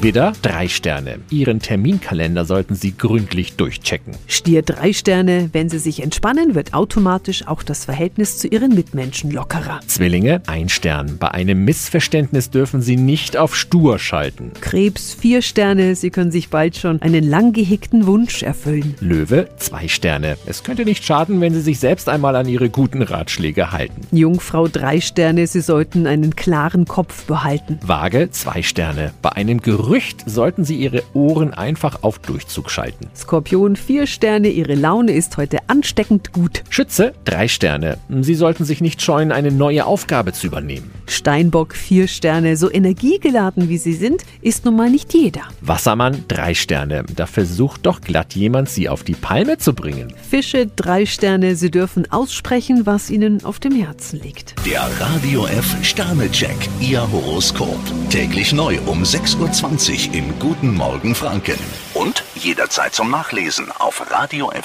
Widder, drei Sterne. Ihren Terminkalender sollten Sie gründlich durchchecken. Stier drei Sterne, wenn Sie sich entspannen, wird automatisch auch das Verhältnis zu Ihren Mitmenschen lockerer. Zwillinge, ein Stern. Bei einem Missverständnis dürfen Sie nicht auf stur schalten. Krebs vier Sterne, Sie können sich bald schon einen lang gehegten Wunsch erfüllen. Löwe, zwei Sterne. Es könnte nicht schaden, wenn Sie sich selbst einmal an Ihre guten Ratschläge halten. Jungfrau drei Sterne, Sie sollten einen klaren Kopf behalten. Waage, zwei Sterne. Bei einem Gerücht sollten Sie Ihre Ohren einfach auf Durchzug schalten. Skorpion vier Sterne, Ihre Laune ist heute ansteckend gut. Schütze, drei Sterne. Sie sollten sich nicht scheuen, eine neue Aufgabe zu übernehmen. Steinbock vier Sterne, so energiegeladen wie Sie sind, ist nun mal nicht jeder. Wassermann, drei Sterne. Da versucht doch glatt jemand, Sie auf die Palme zu bringen. Fische drei Sterne, Sie dürfen aussprechen, was Ihnen auf dem Herzen liegt. Der Radio F Sternecheck, Ihr Horoskop. Täglich neu um 6.20 Uhr im Guten Morgen Franken. Und jederzeit zum Nachlesen auf radiof.de.